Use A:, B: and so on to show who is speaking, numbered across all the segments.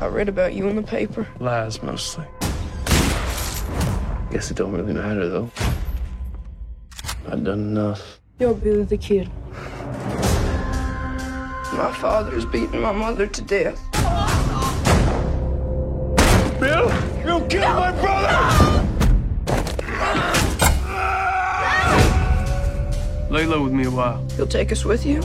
A: I read about you in the paper.
B: Lies mostly. Guess it don't really matter though. I've done enough.
A: You're Billy the Kid. My father's beaten my mother to death.
B: Bill, you killed my brother! Lay low with me a while.
A: You'll take us with you?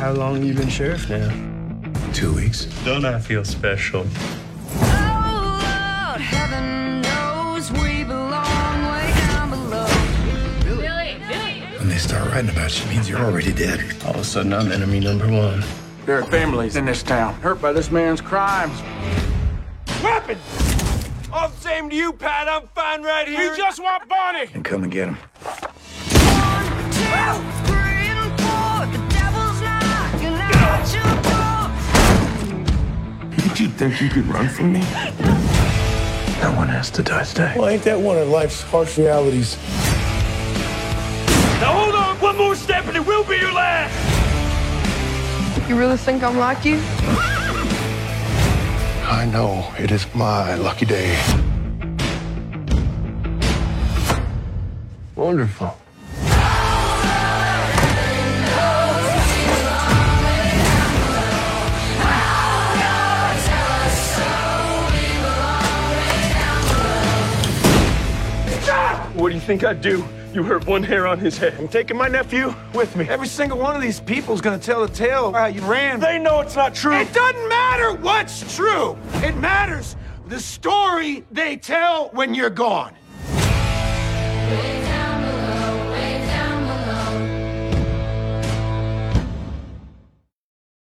B: How long you been sheriff now?
C: Two weeks.
B: Don't I feel special?
D: Oh, Lord, heaven knows we belong way down below.
C: When they start writing about you, it means you're already dead.
B: All of a sudden, I'm enemy number one.
E: There are families in this town hurt by this man's crimes. Weapons! All the same to you, Pat. I'm fine right here. We just want Bonnie.
C: And come and get him.
D: One, two, three, and four. The devil's knocking at your door.
C: Did you think you could run from me? No one has to die today.
F: Well, ain't that one of life's harsh realities?
E: Now hold on. One more step and it will be your last.
A: You really think I'm like you?
F: I know it is my lucky day.
B: Wonderful.
E: What do you think I'd do? You hurt one hair on his head. I'm taking my nephew with me. Every single one of these people's gonna tell the tale of how you ran. They know it's not true. It doesn't matter what's true. It matters the story they tell when you're gone.